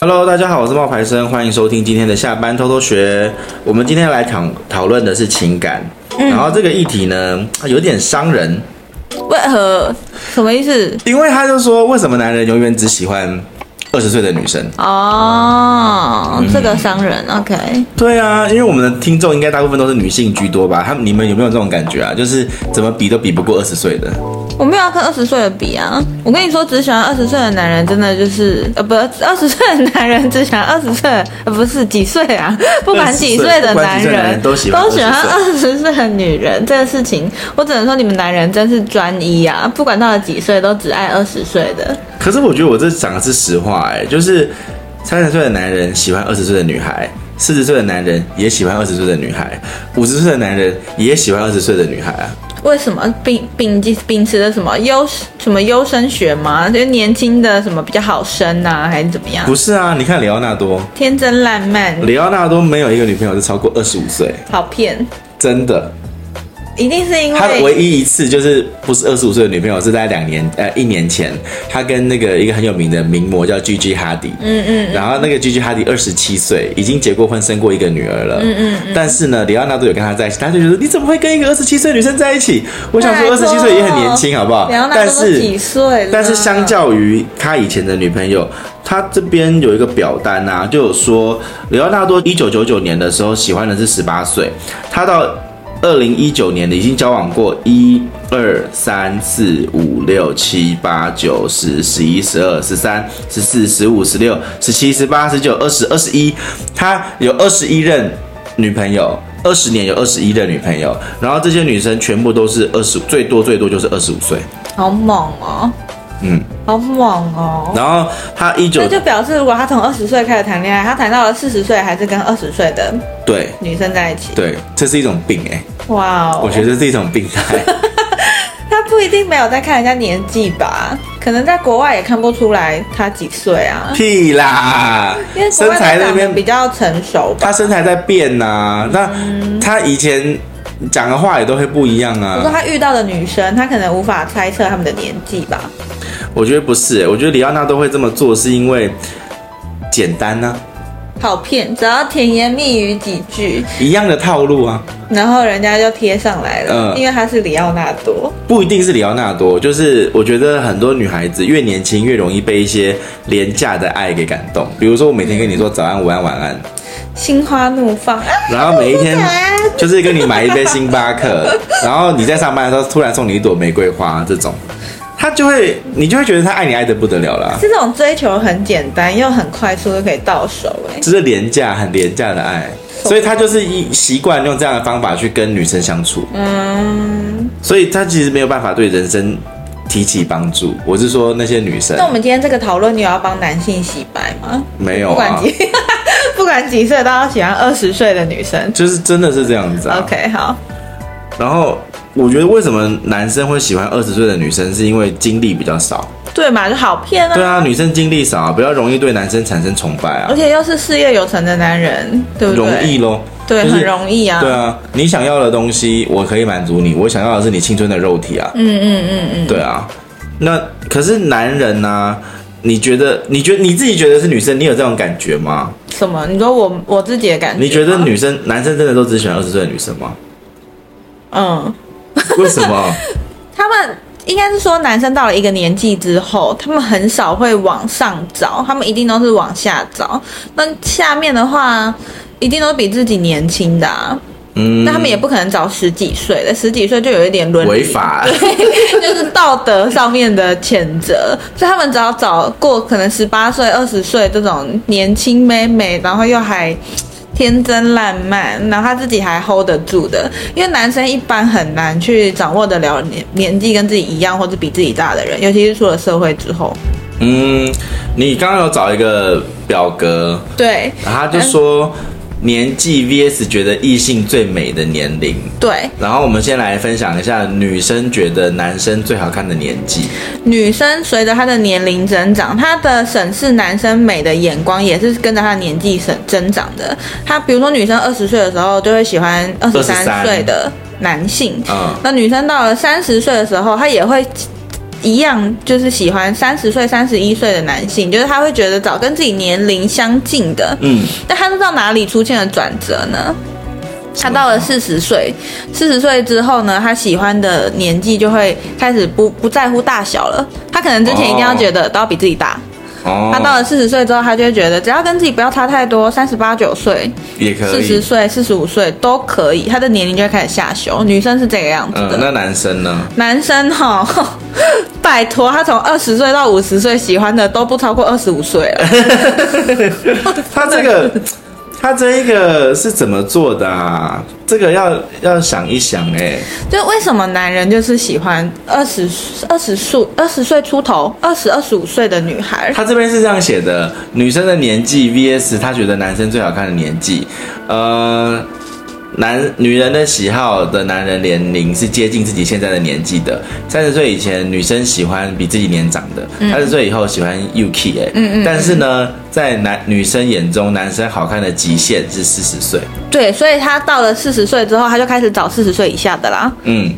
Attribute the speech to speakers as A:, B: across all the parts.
A: Hello，大家好，我是冒牌生，欢迎收听今天的下班偷偷学。我们今天来讨讨论的是情感，然后这个议题呢有点伤人，
B: 为何？什么意思？
A: 因为他就说为什么男人永远只喜欢二十岁的女生？
B: 哦，这个商人，OK，
A: 嗯对啊，因为我们的听众应该大部分都是女性居多吧？他们你们有没有这种感觉啊？就是怎么比都比不过二十岁的。
B: 我没有要跟二十岁的比啊。我跟你说，只喜欢二十岁的男人，真的就是呃，不，二十岁的男人只喜欢二十岁的，呃，不是几岁 啊？不管几岁的男
A: 不管几岁的男人
B: 人，
A: 都喜欢
B: 都喜欢
A: 20
B: 二十岁的女人。这个事情，我只能说你们男人真是专一啊！不管到了几岁，都只爱二十岁的。
A: 可是我觉得我这讲的是实话、哎，就是三十岁的男人喜欢二十岁的女孩，四十岁的男人也喜欢二十岁的女孩，五十岁的男人也喜欢二十岁的女孩啊。
B: 为什么秉秉秉持的什么优什么优生学吗？就是年轻的什么比较好生呐、还是怎么 样？
A: 不是啊，你看里奥纳多，
B: 天真烂漫，
A: 里奥纳多没有一个女朋友是超过二十五岁，
B: 好骗，
A: 真的。
B: 一定是因
A: 他
B: 为
A: 唯一一次就是不是二十五岁的女朋友是在两年呃一年前，他跟那个一个很有名的名模叫 Gigi 哈迪，嗯嗯，然后那个 Gigi 哈迪二十七岁，已经结过婚，生过一个女儿了，嗯嗯但是呢，里奥纳多有跟他在一起，他就觉得你怎么会跟一个二十七岁的女生在一起？我想说二
B: 拜
A: 十
B: 托
A: 七岁也很年轻，好不好
B: 然后？那
A: 但
B: 时候都
A: 是
B: 几岁了？
A: 但是相较于他以前的女朋友，他这边有一个表单啊，就有说，里奥纳多一九九九年的时候喜欢的是十八岁，他到二零一九年的已经交往过一二三四五六七八九十十一十二十三十四十五十六十七十八十九二十二十一，他有二十一任女朋友。二十年有二十一任女朋友，然后这些女生全部都是二十，最多最多就是二十五岁。
B: 好猛哦，
A: 嗯，
B: 好猛哦。
A: 然后他一九
B: 那就表示，如果他从二十岁开始谈恋爱，他谈到了四十岁，还是跟二十岁的
A: 对
B: 女生在一起。
A: 对，这是一种病哎、
B: 哇哦，
A: 我觉得这是一种病 态。
B: 他不一定没有在看人家年纪吧，可能在国外也看不出来他几岁啊，
A: 屁啦
B: 因为，国
A: 身
B: 外
A: 材
B: 都
A: 那
B: 长得比
A: 边
B: 较成熟吧。
A: 他身材在变呐、
B: 嗯
A: 那他以前讲的话也都会不一样
B: 我说
A: 啊。
B: 他遇到的女生，他可能无法猜测他们的年纪吧。
A: 我觉得不是、欸，我觉得里奥纳多会这么做是因为简单啊呢、
B: 好骗，只要甜言蜜语几句，
A: 一样的套路啊，
B: 然后人家就贴上来了，
A: 嗯
B: 因为他是里奥纳多。
A: 不一定是里奥纳多，就是我觉得很多女孩子越年轻越容易被一些廉价的爱给感动，比如说我每天跟你说早安、午安、晚安，
B: 心花怒放啊！
A: 然后每一天
B: 不可爱啊
A: 就是跟你买一杯星巴 克，然后你在上班的时候突然送你一朵玫瑰花，这种，他就会你就会觉得他爱你爱的不得了啦，
B: 这种追求很简单，又很快速就可以到手、哎，
A: 这是廉价很廉价的爱，所以他就是一习惯用这样的方法去跟女生相处，
B: 嗯，
A: 所以他其实没有办法对人生提起帮助。我是说那些女生
B: 那我们今天这个讨论，你有要帮男性洗白吗？
A: 没有
B: 不管
A: 啊，
B: 几， 不管几岁，都要喜欢二十岁的女生。
A: 就是真的是这样子啊。
B: OK，好，
A: 然后我觉得为什么男生会喜欢二十岁的女生，是因为经历比较少。
B: 对嘛，就好骗
A: 对
B: 啊，
A: 啊，女生经历少啊，比较容易对男生产生崇拜啊
B: 而。且又是事业有成的男人，对不对？
A: 容易咯，
B: 对，
A: 就是
B: 很容易啊。
A: 对啊，你想要的东西我可以满足你，我想要的是你青春的肉体啊，
B: 嗯嗯嗯嗯，
A: 对啊。那可是男人呢、你觉得？你觉得你自己觉得是女生，你有这种感觉吗？
B: 什么？你说我我自己的感觉吗？
A: 你觉得女生、男生真的都只喜欢二十岁的女生吗？
B: 嗯，
A: 为什 么？
B: 他们应该是说男生到了一个年纪之后，他们很少会往上找，他们一定都是往下找。那下面的话，一定都比自己年轻的啊。
A: 嗯，
B: 那他们也不可能找十几岁的，十几岁就有一点伦理
A: 违法。
B: 就是道德上面的谴责，所以他们只要找过可能十八岁、二十岁这种年轻妹妹，然后又还天真烂漫，然后他自己还 hold 得住的，因为男生一般很难去掌握得了年年纪跟自己一样或者比自己大的人，尤其是出了社会之后，
A: 嗯，你刚刚有找一个表格，
B: 对
A: 然后他就说
B: 嗯
A: 年纪 VS 觉得异性最美的年龄。
B: 对，
A: 然后我们先来分享一下女生觉得男生最好看的年纪。
B: 女生随着她的年龄增长，她的审视男生美的眼光也是跟着她的年纪增增长的。她比如说女生二十岁的时候就会喜欢二十三
A: 23
B: 岁的男性，
A: 嗯
B: 那女生到了三十岁的时候，她也会一样就是喜欢三十岁、三十一岁的男性，就是他会觉得找跟自己年龄相近的。
A: 嗯，
B: 那他是到哪里出现了转折呢？他到了四十岁，四十岁之后呢，他喜欢的年纪就会开始不不在乎大小了。他可能之前一定要觉得都要比自己大，
A: 哦，
B: 他到了四十岁之后，他就会觉得只要跟自己不要差太多，三十八九岁、
A: 也可
B: 四十
A: 以。
B: 岁、四十五岁都可以，他的年龄就会开始下修。女生是这个样子
A: 嗯
B: 的，，
A: 那男生 呢？
B: 男生哈、 拜托，他从二十岁到五十岁喜欢的都不超过二十五岁了。
A: 他这个，他这一个是怎么做的啊？这个要要想一想哎、
B: 就为什么男人就是喜欢二十二十数二十岁出头、二十二十五岁的 女孩？
A: 他这边是这样写的：女生的年纪 VS 他觉得男生最好看的年纪，呃，男女人的喜好的男人年龄是接近自己现在的年纪的。三十岁以前，女生喜欢比自己年长的；三十岁以后喜欢 UK 哎、嗯嗯嗯但是呢，在男女生眼中，男生好看的极限是四十岁。
B: 对，所以他到了四十岁之后，他就开始找四十岁以下的啦。
A: 嗯，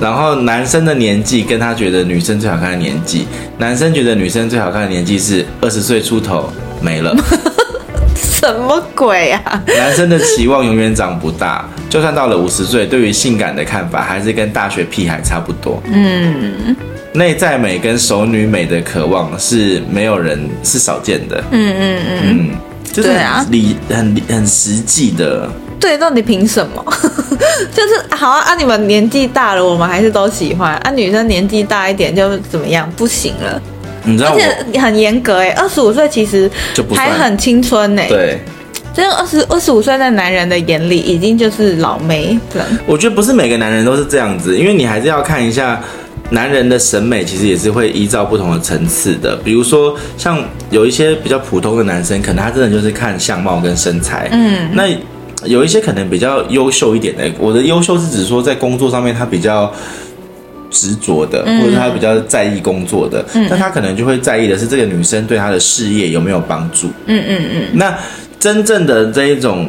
A: 然后男生的年纪跟他觉得女生最好看的年纪，男生觉得女生最好看的年纪是二十岁出头没了。
B: 什么鬼啊？
A: 男生的期望永远长不大，就算到了五十岁，对于性感的看法还是跟大学屁孩差不多。嗯，内在美跟熟女美的渴望是没有人是少见的。嗯嗯嗯嗯，就是
B: 对啊
A: 很理、很理很实际的。
B: 对，到底凭什么？ 就是好啊，啊你们年纪大了，我们还是都喜欢啊。女生年纪大一点就怎么样？不行了，
A: 你知道
B: 而
A: 我
B: 且很严格哎、欸，二十五岁其实
A: 就不算
B: 还很青春呢、欸。
A: 对，
B: 这二十二十五岁在男人的眼里已经就是老妹了。
A: 我觉得不是每个男人都是这样子，因为你还是要看一下。男人的审美其实也是会依照不同的层次的，比如说像有一些比较普通的男生，可能他真的就是看相貌跟身材，
B: 嗯，
A: 那有一些可能比较优秀一点的，我的优秀是指说在工作上面他比较执着的，
B: 嗯
A: 或者是他比较在意工作的，那他可能就会在意的是这个女生对他的事业有没有帮助。
B: 嗯嗯嗯，
A: 那真正的这一种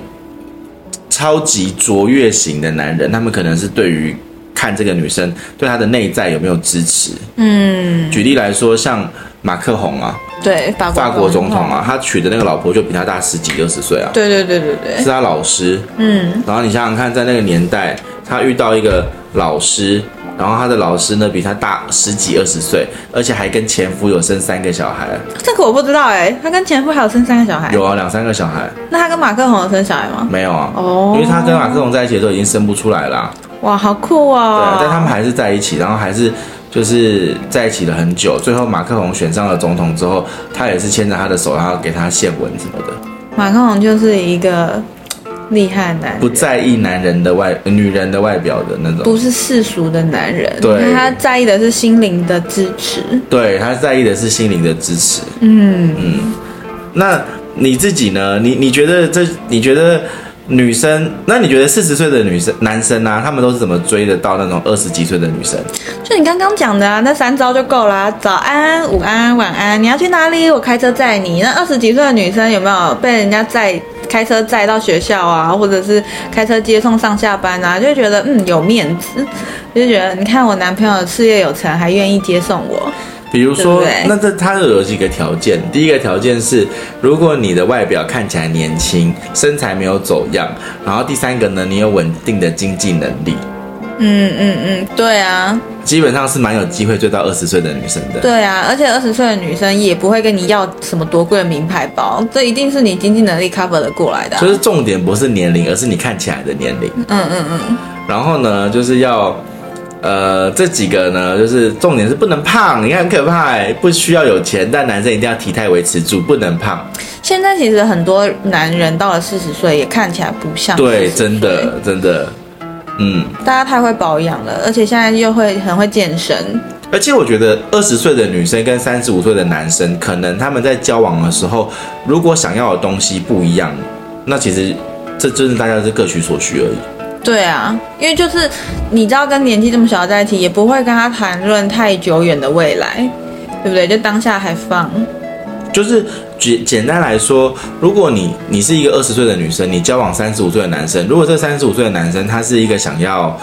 A: 超级卓越型的男人，他们可能是对于看这个女生对她的内在有没有支持。嗯，举例来说，像马克宏啊，
B: 对，法国
A: 法国总统
B: 啊，
A: 啊，他娶的那个老婆就比他大十几二十岁啊。
B: 对对对对对，
A: 是他老师，
B: 嗯，
A: 然后你想想看，在那个年代，他遇到一个老师，然后他的老师呢比他大十几二十岁，而且还跟前夫有生三个小孩，
B: 这个我不知道哎、他跟前夫还有生三个小孩，
A: 有啊两三个小孩，
B: 那他跟马克宏有生小孩吗？
A: 没有啊，
B: 哦
A: 因为他跟马克龙在一起的时候已经生不出来啊啦，
B: 哇，好酷
A: 对
B: 哦！
A: 啊，但他们还是在一起，然后还是。就是在一起了很久，最后马克龙选上了总统之后，他也是牵着他的手，然后给他献吻什么的，
B: 马克宏就是一个厉害的男人，
A: 不在意男人的外、女人的外表的那种。
B: 不是世俗的男人，
A: 对
B: 他在意的是心灵的支持。
A: 对他在意的是心灵的支持。
B: 嗯，
A: 那你自己呢？你你觉得这？你觉得女生？那你觉得四十岁的女生、男生啊，他们都是怎么追得到那种二十几岁的女生？
B: 就你刚刚讲的啊，那三招就够啦、早安、午安、晚安。你要去哪里？我开车载你。那二十几岁的女生有没有被人家载开车载到学校啊，或者是开车接送上下班啊？就觉得嗯有面子，就觉得你看我男朋友事业有成，还愿意接送我。
A: 比如说，
B: 对不对
A: 那这它有几个条件。第一个条件是，如果你的外表看起来年轻，身材没有走样，然后第三个呢，你有稳定的经济能力，
B: 嗯嗯嗯，对啊，
A: 基本上是蛮有机会追到二十岁的女生的。
B: 对啊，而且二十岁的女生也不会跟你要什么多贵的名牌包，这一定是你经济能力 cover 的过来的啊、
A: 就是重点不是年龄，而是你看起来的年龄。
B: 嗯嗯嗯，
A: 然后呢，就是要，呃，这几个呢，就是重点是不能胖，你看很可怕、欸，不需要有钱，但男生一定要体态维持住，不能胖。
B: 现在其实很多男人到了四十岁也看起来不像，
A: 对，真，的，真的，嗯。
B: 大家太会保养了，而且现在又会很会健身，
A: 而且我觉得二十岁的女生跟三十五岁的男生，可能他们在交往的时候，如果想要的东西不一样，那其实这就是大家是各取所需而已。
B: 对啊，因为就是你知道跟年纪这么小的在一起，也不会跟他谈论太久远的未来，对不对？就当下还放，
A: 就是简简单来说，如果你你是一个二十岁的女生，你交往三十五岁的男生，如果这三十五岁的男生他是一个想要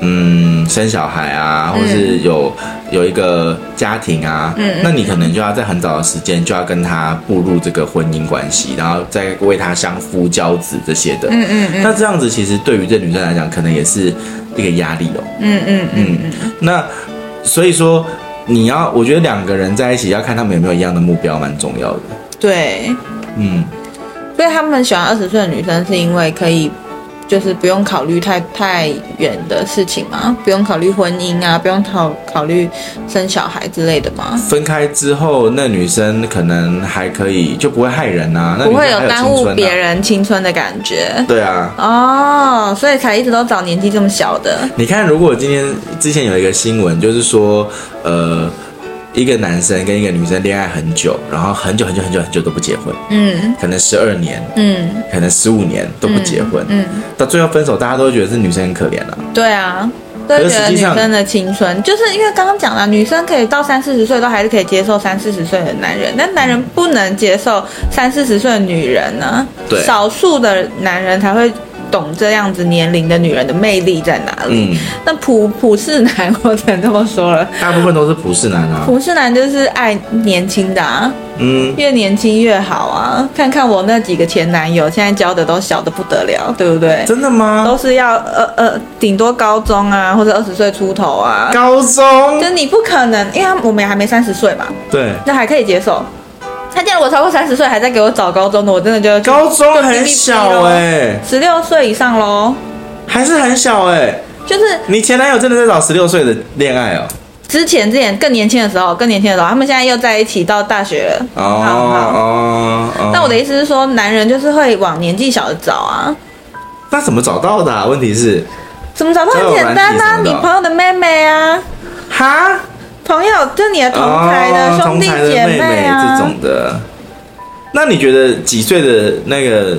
A: 嗯生小孩啊，或是有、有一个家庭啊，那你可能就要在很早的时间就要跟他步入这个婚姻关系，然后再为他相夫教子这些的。嗯嗯嗯。那这样子其实对于这女生来讲，可能也是一个压力哦。
B: 嗯嗯嗯，
A: 那所以说，你要我觉得两个人在一起要看他们有没有一样的目标，蛮重要的。
B: 对，
A: 嗯，
B: 所以他们喜欢二十岁的女生，是因为可以就是不用考虑太太远的事情嘛，不用考虑婚姻啊，不用考考虑生小孩之类的嘛，
A: 分开之后，那女生可能还可以，就不会害人啊，那
B: 不
A: 女生
B: 会
A: 还有
B: 耽
A: 青
B: 误
A: 春啊
B: 别。人青春的感觉。
A: 对啊，
B: 哦，所以才一直都找年纪这么小的。
A: 你看，如果今天之前有一个新闻，就是说，呃，一个男生跟一个女生恋爱很久，然后很久很久很久很久都不结婚，
B: 嗯
A: 可能十二年，
B: 嗯，
A: 可能十五年都不结婚，
B: 嗯
A: 到最后分手，大家都会觉得是女生很可怜啊。
B: 对啊。都
A: 是
B: 觉得
A: 实际
B: 女
A: 上
B: 生的青春，就是因为刚刚讲了，女生可以到三四十岁都还是可以接受三四十岁的男人，但男人不能接受三四十岁的女人呢、
A: 对
B: 少数的男人才会懂这样子年龄的女人的魅力在哪里。
A: 嗯，
B: 那普普世男， 我只能这么说了，
A: 大部分都是普世男啊。
B: 普世男就是爱年轻的啊，
A: 嗯，
B: 越年轻越好啊！看看我那几个前男友，现在交的都小的不得了，对不对？
A: 真的吗？
B: 都是要呃呃，顶多高中啊，或者二十岁出头啊。
A: 高中
B: 就你不可能，因为他们我们也还没三十岁嘛，
A: 对，
B: 那还可以接受。他见我超过三十岁还在给我找高中的，我真的就
A: 高中很小哎、
B: 十六岁以上喽，
A: 还是很小哎、
B: 就是
A: 你前男友真的在找十六岁的恋爱哦？
B: 之前之前更年轻的时候，更年轻的时候，他们现在又在一起到大学了。
A: 哦
B: 好好
A: 哦哦。
B: 那我的意思是说，男人就是会往年纪小的找啊。
A: 那怎么找到的、啊？问题是，
B: 怎么找到很简单
A: 交
B: 啊，
A: 友软
B: 你
A: 体什么的
B: 朋友的妹妹啊，
A: 哈，
B: 朋友就你的同台的、
A: 哦
B: 兄弟
A: 同台的
B: 姐
A: 妹妹
B: 啊，
A: 这种的。那你觉得几岁的那个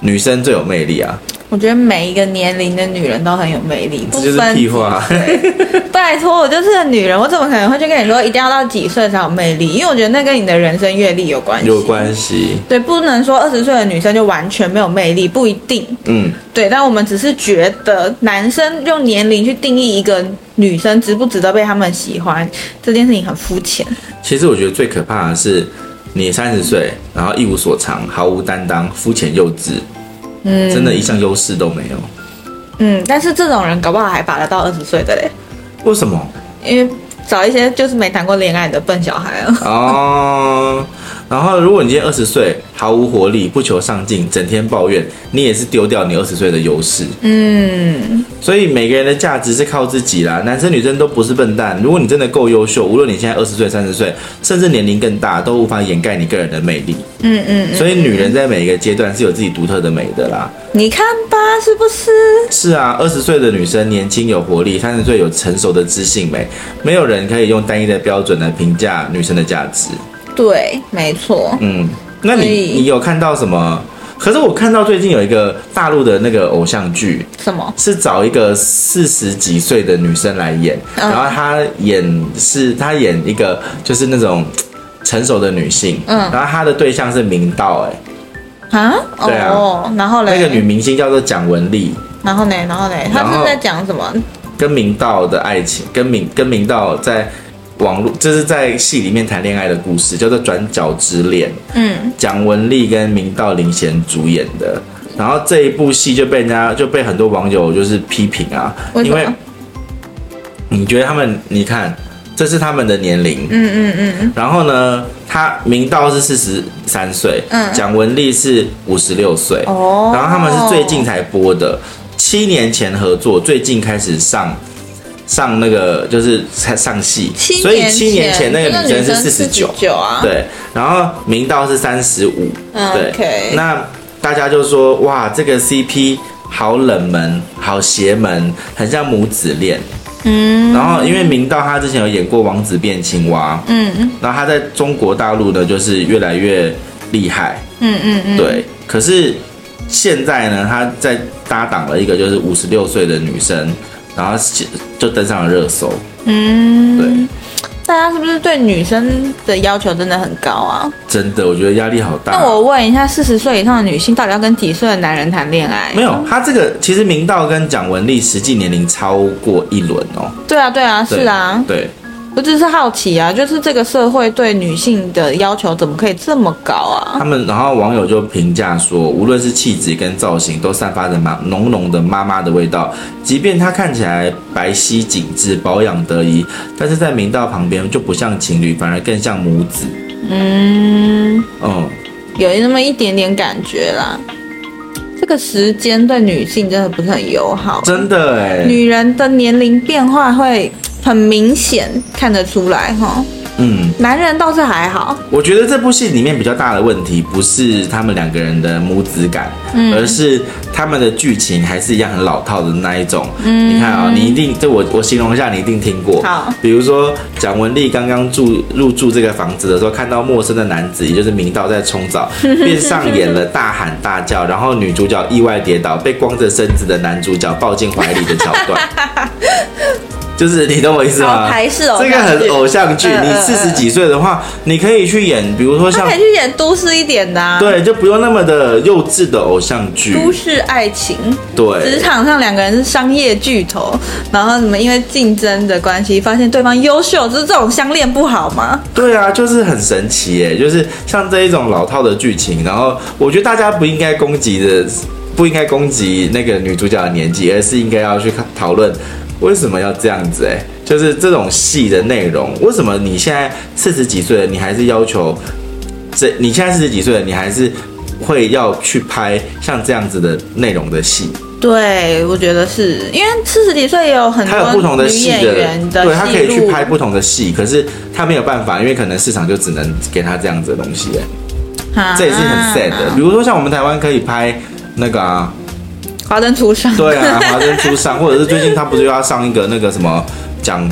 A: 女生最有魅力啊？
B: 我觉得每一个年龄的女人都很有魅力，不
A: 这就是
B: 分
A: 屁话。
B: 拜托，我就是个女人，我怎么可能会去跟你说一定要到几岁才有魅力？因为我觉得那跟你的人生阅历有关 系。
A: 有。关系。
B: 对，不能说二十岁的女生就完全没有魅力，不一定。
A: 嗯，
B: 对，但我们只是觉得男生用年龄去定义一个女生值不值得被他们喜欢这件事情很肤浅。
A: 其实我觉得最可怕的是，你三十岁，然后一无所长，毫无担当，肤浅幼稚，
B: 嗯，
A: 真的，一项优势都没有。
B: 嗯，但是这种人搞不好还把得到二十岁的嘞，
A: 为什么？
B: 因为找一些就是没谈过恋爱的笨小孩啊。
A: 哦，然后如果你今天二十岁，毫无活力，不求上进，整天抱怨，你也是丢掉你二十岁的优势。
B: 嗯，
A: 所以每个人的价值是靠自己啦，男生女生都不是笨蛋。如果你真的够优秀，无论你现在二十岁、三十岁，甚至年龄更大，都无法掩盖你个人的魅力。
B: 嗯嗯，
A: 所以女人在每一个阶段是有自己独特的美的啦。
B: 你看吧，是不是？
A: 是啊，二十岁的女生年轻有活力，三十岁有成熟的知性美，没有人可以用单一的标准来评价女生的价值。
B: 对，没错。
A: 嗯，那你
B: 所以
A: 你有看到什么？可是我看到最近有一个大陆的那个偶像剧，
B: 什么？
A: 是找一个四十几岁的女生来演，
B: 嗯
A: 然后她演是她演一个就是那种嘖成熟的女性，
B: 嗯
A: 然后她的对象是明道、
B: 啊？
A: 对啊
B: 哦，然后
A: 哎，
B: 嘞，
A: 那个女明星叫做蒋雯丽，
B: 然后嘞，然后嘞，他
A: 然
B: 是
A: 后
B: 在讲什么？
A: 跟明道的爱情，跟明跟明道在网络就是在戏里面谈恋爱的故事，叫做《转角之恋》。
B: 嗯，
A: 蒋雯丽跟明道林贤主演的。然后这一部戏就被人家就被很多网友就是批评啊，
B: 为什
A: 因
B: 么
A: 为你觉得他们，你看这是他们的年龄，
B: 嗯嗯嗯
A: 然后呢，他明道是四十三岁，
B: 嗯
A: 蒋雯丽是五十六岁，
B: 嗯，哦，
A: 然后他们是最近才播的，七年前合作，最近开始上上那个就是才上戏，
B: 七年
A: 所以七年前那
B: 那
A: 个
B: 个
A: 女
B: 女
A: 生是
B: 生
A: 四十九，
B: 九啊，
A: 对，然后明道是三十五，
B: 嗯
A: 对
B: OK
A: 那大家就说哇，这个 CP 好冷门，好邪门，很像母子恋。
B: 嗯
A: 然后因为明道他之前有演过《王子变青蛙》，
B: 嗯
A: 然后他在中国大陆呢就是越来越厉害，
B: 嗯嗯嗯，
A: 对。可是现在呢，他在搭档了一个就是五十六岁的女生，然后就就登上了热搜，
B: 嗯，
A: 对。
B: 大家是不是对女生的要求真的很高啊？
A: 真的，我觉得压力好大。
B: 那我问一下，四十岁以上的女性到底要跟几岁的男人谈恋爱？
A: 没有，他这个其实明道跟蒋雯丽实际年龄超过一轮哦。
B: 对啊，对啊，
A: 对
B: 是啊，
A: 对，
B: 我只是好奇啊，就是这个社会对女性的要求怎么可以这么高啊？
A: 他们，然后网友就评价说，无论是气质跟造型，都散发着妈浓浓的妈妈的味道。即便她看起来白皙紧致、保养得宜，但是在明道旁边就不像情侣，反而更像母子。
B: 嗯，
A: 嗯，
B: 有那么一点点感觉啦。这个时间对女性真的不是很友好，
A: 真的哎，
B: 女人的年龄变化会很明显看得出来哈，
A: 嗯，
B: 男人倒是还好，
A: 我觉得这部戏里面比较大的问题，不是他们两个人的母子感，
B: 嗯
A: 而是他们的剧情还是一样很老套的那一种。你看啊、你一定这我我形容一下，你一定听过。
B: 嗯好
A: 比如说蒋雯丽刚刚住入住这个房子的时候，看到陌生的男子，也就是明道在冲 澡，便上演了大喊大叫，然后女主角意外跌倒，被光着身子的男主角抱进怀里的桥段。就是你懂我意思
B: 好哦
A: 吗？
B: 台式偶像
A: 啊这个很
B: 剧
A: 偶像剧。
B: 嗯
A: 你
B: 嗯
A: 四十几岁的话，你可以去演，比如说
B: 他
A: 像
B: 可以去演都市一点的、啊，，
A: 对，就不用那么的幼稚的偶像剧。
B: 都市爱情。职
A: 对，
B: 场上两个人是商业巨头，然后你们因为竞争的关系，发现对方优秀，就是这种相恋不好吗？
A: 对啊，就是很神奇耶，就是像这一种老套的剧情。然后我觉得大家不应该攻击的，不应该攻击那个女主角的年纪，而是应该要去看讨论为什么要这样子。哎，就是这种戏的内容，为什么你现在四十几岁了，你还是要求这？你现在四十几岁了，你还是会要去拍像这样子的内容的戏？
B: 对，我觉得是因为四十几岁也有很
A: 他有不同
B: 多
A: 的
B: 女
A: 戏
B: 演员
A: 对他可
B: 戏
A: 以去
B: 路，
A: 拍不同的戏，可是他没有办法，因为可能市场就只能给他这样子的东西，
B: 啊
A: 这也是很 sad 的。比如说像我们台湾可以拍那个啊，
B: 华灯初上，
A: 对 啊，华灯初上，或者是最近他不是又要上一个那个什么讲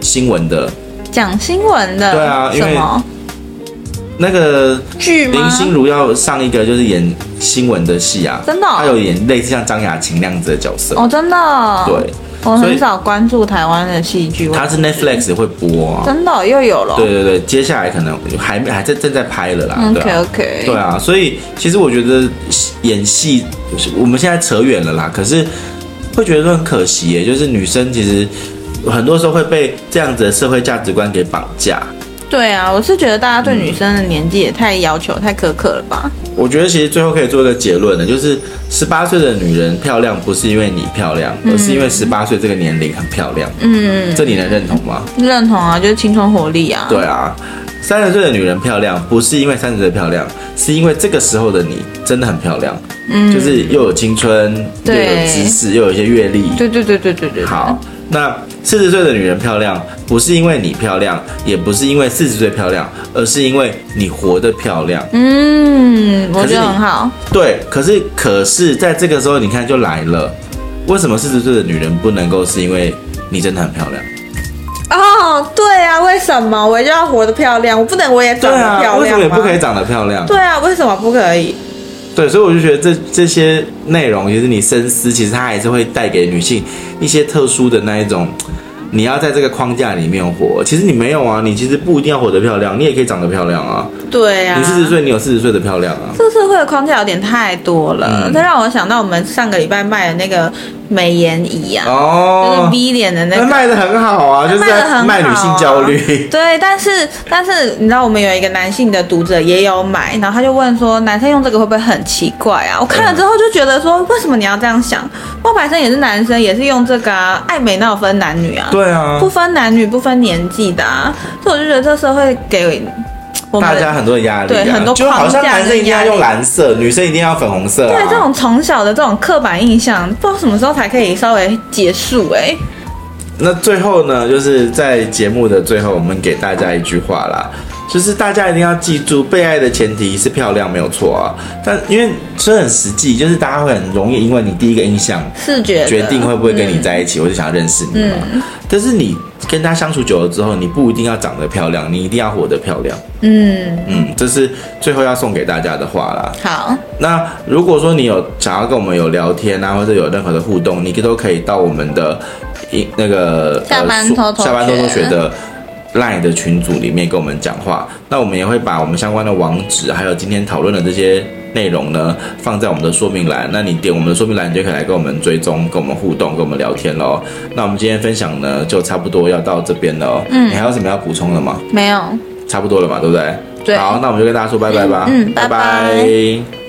A: 新闻的
B: 讲新闻的，
A: 对啊因
B: 什
A: 为
B: 么
A: 那个
B: 剧吗？
A: 林心如要上一个就是演新闻的戏啊，
B: 真的哦
A: 她有演类似像张雅琴那样子的角色，
B: 哦，真的，，
A: 对，
B: 我
A: 所以
B: 很少关注台湾的戏剧，
A: 她是 Netflix 会播啊，
B: 真的哦又有了
A: 对对对，接下来可能还没还在正在拍了啦，对
B: ，OK
A: 啊。
B: OK，
A: 对啊，所以其实我觉得演戏，我们现在扯远了啦，可是会觉得说很可惜耶，就是女生其实很多时候会被这样子的社会价值观给绑架。
B: 对啊，我是觉得大家对女生的年纪也太要求、太苛刻了吧？
A: 我觉得其实最后可以做一个结论的，就是十八岁的女人漂亮，不是因为你漂亮，而是因为十八岁这个年龄很漂亮。
B: 嗯，
A: 这你能认同吗？
B: 认同啊，就是青春活力啊，
A: 对啊，三十岁的女人漂亮，不是因为三十岁漂亮，是因为这个时候的你真的很漂亮，
B: 嗯
A: 就是又有青春，又
B: 对
A: 有知识，又有一些阅历。
B: 对对对对对对，
A: 好，那四十岁的女人漂亮，不是因为你漂亮，也不是因为四十岁漂亮，而是因为你活得漂亮。
B: 嗯，
A: 可
B: 我
A: 是
B: 觉得
A: 你
B: 很好，
A: 对，可是可是在这个时候，你看就来了，为什么四十岁的女人不能够是因为你真的很漂亮？
B: 哦，对啊，为什么我就要活得漂亮？我不能我也
A: 对
B: 长得
A: 啊，
B: 漂
A: 为什
B: 亮
A: 么也
B: 吗？
A: 不可以长得漂亮？
B: 对啊，为什么不可以？
A: 对，所以我就觉得这这些内容，其实你深思，其实它还是会带给女性一些特殊的那一种，你要在这个框架里面活。其实你没有啊，你其实不一定要活得漂亮，你也可以长得漂亮啊。
B: 对啊，
A: 你四十岁，你有四十岁的漂亮啊。
B: 这个社会的框架有点太多了，
A: 嗯
B: 这、让我想到我们上个礼拜卖的那个美颜仪啊，就是
A: 哦，
B: V 脸的那
A: 那
B: 个。
A: 卖的很好啊，就是
B: 卖得很好
A: 在
B: 啊
A: 卖女性焦 虑。
B: 对，但是但是你知道，我们有一个男性的读者也有买，然后他就问说，男生用这个会不会很奇怪啊？我看了之后就觉得说，为什么你要这样想？冒牌生也是男生，也是用这个啊，爱美那有分男女啊，
A: 对啊
B: 不，分男女，不分年纪的啊，所以我就觉得这社会给我
A: 大
B: 们
A: 家很多的压力、啊，
B: 对很多
A: 就好像
B: 框架
A: 男生一定要
B: 跟压力
A: 用蓝色，女生一定要粉红色、啊。
B: 对这种从小的这种刻板印象，不知道什么时候才可以稍微结束哎、
A: 那最后呢，就是在节目的最后，我们给大家一句话啦，就是大家一定要记住，被爱的前提是漂亮，没有错啊。但因为这很实际，就是大家会很容易因为你第一个印象
B: 视觉的
A: 决定会不会跟你在一起，我就想要认识你嘛。但是你跟他相处久了之后，你不一定要长得漂亮，你一定要活得漂亮。
B: 嗯
A: 嗯，这是最后要送给大家的话啦。
B: 好，
A: 那如果说你有想要跟我们有聊天啊，或者有任何的互动，你都可以到我们的一那个
B: 下班
A: 说
B: 偷偷
A: 下班偷偷
B: 学
A: 学的 Line 的群组里面跟我们讲话。那我们也会把我们相关的网址，还有今天讨论的这些内容呢，放在我们的说明栏。那你点我们的说明栏，你就可以来跟我们追踪、跟我们互动、跟我们聊天喽。那我们今天分享呢，就差不多要到这边了哦。嗯，你还有什么要补充的吗？
B: 没有。
A: 差不多了嘛，对不对？
B: 对
A: 好，那我们就跟大家说拜拜吧。
B: 嗯嗯拜
A: 拜
B: 拜
A: 拜